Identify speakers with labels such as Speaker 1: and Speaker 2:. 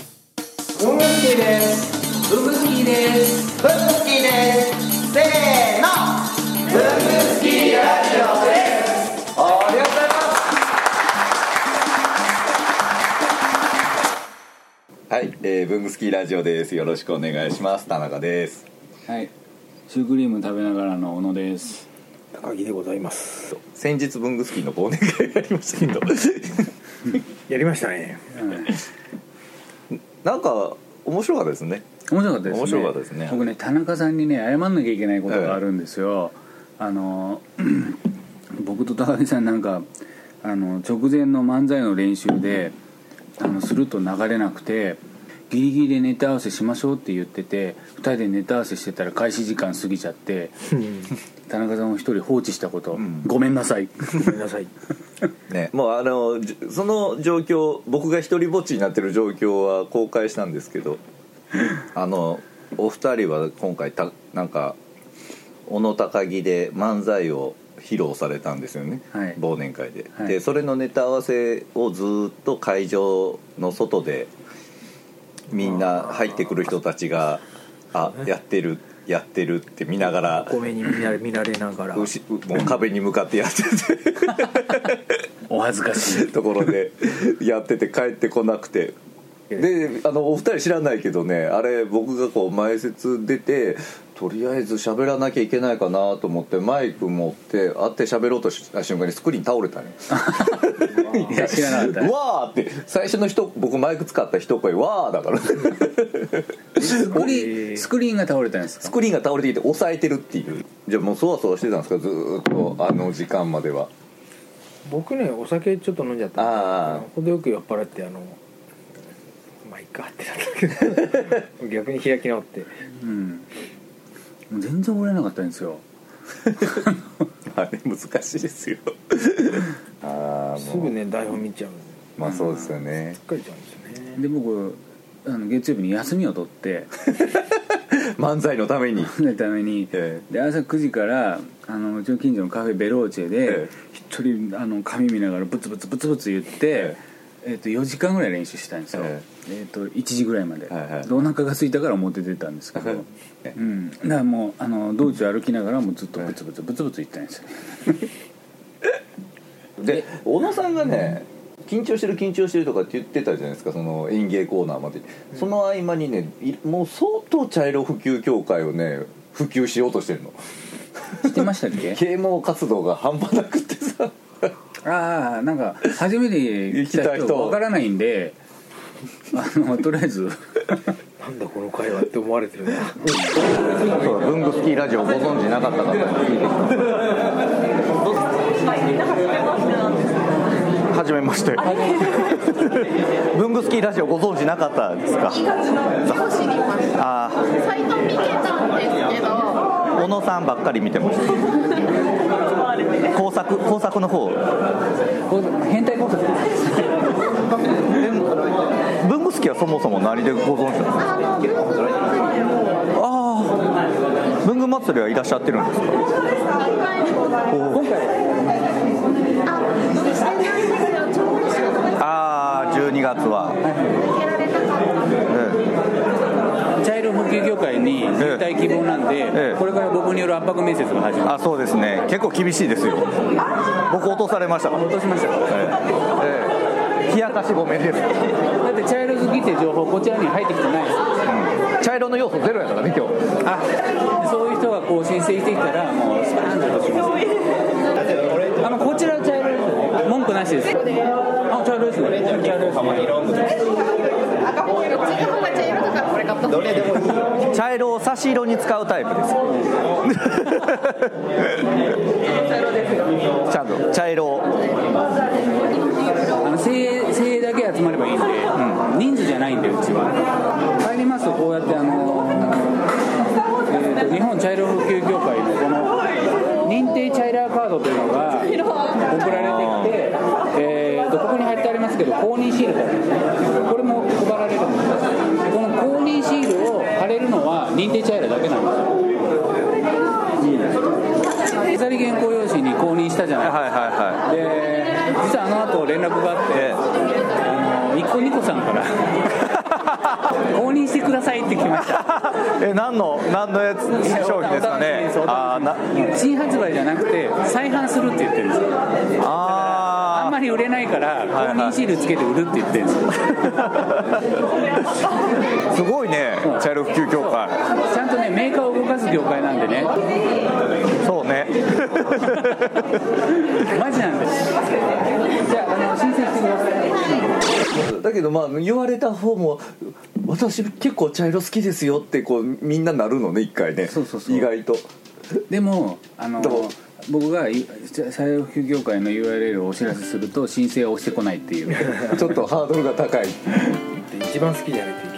Speaker 1: ムングスキーですムングスキーですムングスキーですせーのムングスキーラジオですありがとうござい
Speaker 2: はい、えー、ブングスキーラジオです。よろしくお願いします。田中です。
Speaker 3: はいシュークリーム食べながらの小野です
Speaker 4: 高木でございます
Speaker 2: 先日ブングスキーの忘年会がありましたけど、
Speaker 4: やりましたね
Speaker 2: なんか面白かったですね。
Speaker 3: 面白かったですね
Speaker 2: 面白かったですね
Speaker 3: 僕ね田中さんにね謝んなきゃいけないことがあるんですよ、あの 僕と高木さんなんかあの直前の漫才の練習であのすると流れなくてギリギリでネタ合わせしましょうって言ってて2人でネタ合わせしてたら開始時間過ぎちゃって田中さんを一人放置したこと、ごめんなさい
Speaker 4: ごめんなさい
Speaker 2: ね、もうあのじその状況、僕が一人ぼっちになってる状況は公開したんですけど、あのお二人は今回たなんか小野高木で漫才を披露されたんですよね。
Speaker 3: はい
Speaker 2: 忘年会で、
Speaker 3: はい
Speaker 2: でそれのネタ合わせをずーっと会場の外でみんな入ってくる人たちが「あやってるやってる」って見ながら
Speaker 4: お米に見られ見られながら
Speaker 2: うしもう壁に向かってやってて
Speaker 3: お恥ずかしい
Speaker 2: ところでやってて帰ってこなくてであのお二人知らないけどねあれ僕がこう前説出てとりあえず喋らなきゃいけないかなと思ってマイク持って会って喋ろうとした瞬間にスクリーン倒れたね
Speaker 3: いや知らなかった
Speaker 2: わーって最初の人僕マイク使った一声「わー」だから
Speaker 3: スクリーンスクリーンが倒れたんですか
Speaker 2: スクリーンが倒れてきて押さえてるっていうじゃあもうそわそわしてたんですかずーっとあの時間までは
Speaker 4: 僕ねお酒ちょっと飲んじゃった
Speaker 2: ああ
Speaker 4: 程よく酔っ払ってあのまあいっかってなったけど逆に開き直って
Speaker 3: うん、全然折れなかったんですよ
Speaker 2: あれ難しい ですよああ
Speaker 4: すぐね台本見ちゃうんで
Speaker 2: まあそうですよね
Speaker 4: 疲れちゃうんですよね
Speaker 3: で僕あの月曜日に休みを取って
Speaker 2: 漫才のために
Speaker 3: そのために、
Speaker 2: え
Speaker 3: で朝9時からあのうちの近所のカフェベローチェで
Speaker 2: ええ
Speaker 3: 一人あの髪見ながらブツブツブツブツ言って、え
Speaker 2: え
Speaker 3: っと4時間ぐらい練習したんですよ、え
Speaker 2: え
Speaker 3: っと1時ぐらいまで、
Speaker 2: はいはい
Speaker 3: でお腹が空いたから表出たんですけど、
Speaker 2: え
Speaker 3: うん、だからもうあの道中歩きながらもうずっとブツブツブツブツ言ってたんです よ、
Speaker 2: で小野さんがね緊張してる緊張してるとかって言ってたじゃないですかその演芸コーナーまでその合間にねいもう相当茶色普及協会をね普及しようとしてるの
Speaker 3: してましたっけ
Speaker 2: 啓蒙活動が半端なくってさ
Speaker 3: ああなんか初めて来た
Speaker 2: 来た
Speaker 3: 人
Speaker 2: 人
Speaker 3: わからないんであのとりあえず
Speaker 4: なんだこの会話って思われてるな
Speaker 2: 文具スキーラジオご存知なかった方はじめまして文具スキーラジオご存知なかったですか
Speaker 5: 少しにいました
Speaker 2: ああ
Speaker 5: サイト見てたんですけど
Speaker 2: 小野さんばっかり見てました工作工作の方
Speaker 3: 変態コー
Speaker 2: でも文具好きはそもそも何でご存知なんですか
Speaker 5: あのブ
Speaker 2: ああ
Speaker 5: ーグ祭りを
Speaker 2: 文具祭りはいらっしゃってるんですか
Speaker 5: 今回今回あしてないんですよちょうど仕事が
Speaker 2: ああ12月は、
Speaker 5: 受けられなかったんで
Speaker 2: え
Speaker 3: 茶色普及業界に入隊希望なんで、
Speaker 2: ええ
Speaker 3: これから僕による圧迫面接が始
Speaker 2: え
Speaker 3: まる
Speaker 2: あそうですね結構厳しいですよ僕落とされましたから
Speaker 3: 落としましたか
Speaker 2: ええええ冷やかしごめんです、うん
Speaker 3: だって茶色好きって情報こちらに入ってきてないです
Speaker 2: 茶色の要素ゼロやからね今日
Speaker 3: あそういう人がこう申請してきたらもうスパーンと落としますあのこちら茶色文句なしですあ茶色ですね茶色ですね
Speaker 5: こっちが赤ちゃんいるとかこれ買ったんです
Speaker 2: 茶色を差し色に使うタイプ ですちゃんと茶色を
Speaker 3: あの精鋭精鋭だけ集まればいいんで、人数じゃないんでうちは帰りますとこうやってあのーえーと日本茶色普及協会のこの認定チャイラーカードというのが送られてきて、えーとここに貼ってありますけど公認シールがあるんですねこれも配られるんですでこの公認シールを貼れるのは認定チャイラーだけなんですよ飾り原稿用紙に公認したじゃない
Speaker 2: はいはいは
Speaker 3: で実はあの後連絡があって、
Speaker 2: ええ
Speaker 3: あのニコニコさんから公認してくださいって来ました
Speaker 6: え何の何のやつ商品ですかね
Speaker 3: そう
Speaker 6: あーな
Speaker 3: 新発売じゃなくて再販するって言ってるんですよあん
Speaker 6: あ
Speaker 3: まり売れないから公認シールつけて売るって言ってるんですよ
Speaker 6: ーすごいね茶色普及協会
Speaker 3: ちゃんとねメーカーを動かす業界なんでね
Speaker 6: そうね
Speaker 3: マジなんですじゃああの申請してください
Speaker 2: だけどまあ言われた方も「私結構茶色好きですよ」ってこうみんななるのね一回ね
Speaker 3: そうそうそう
Speaker 2: 意外と
Speaker 3: でもあの
Speaker 2: どう
Speaker 3: 僕がい再普及業界の URL をお知らせすると申請は押してこないっていう
Speaker 2: ちょっとハードルが高い
Speaker 4: 一番好きじゃないって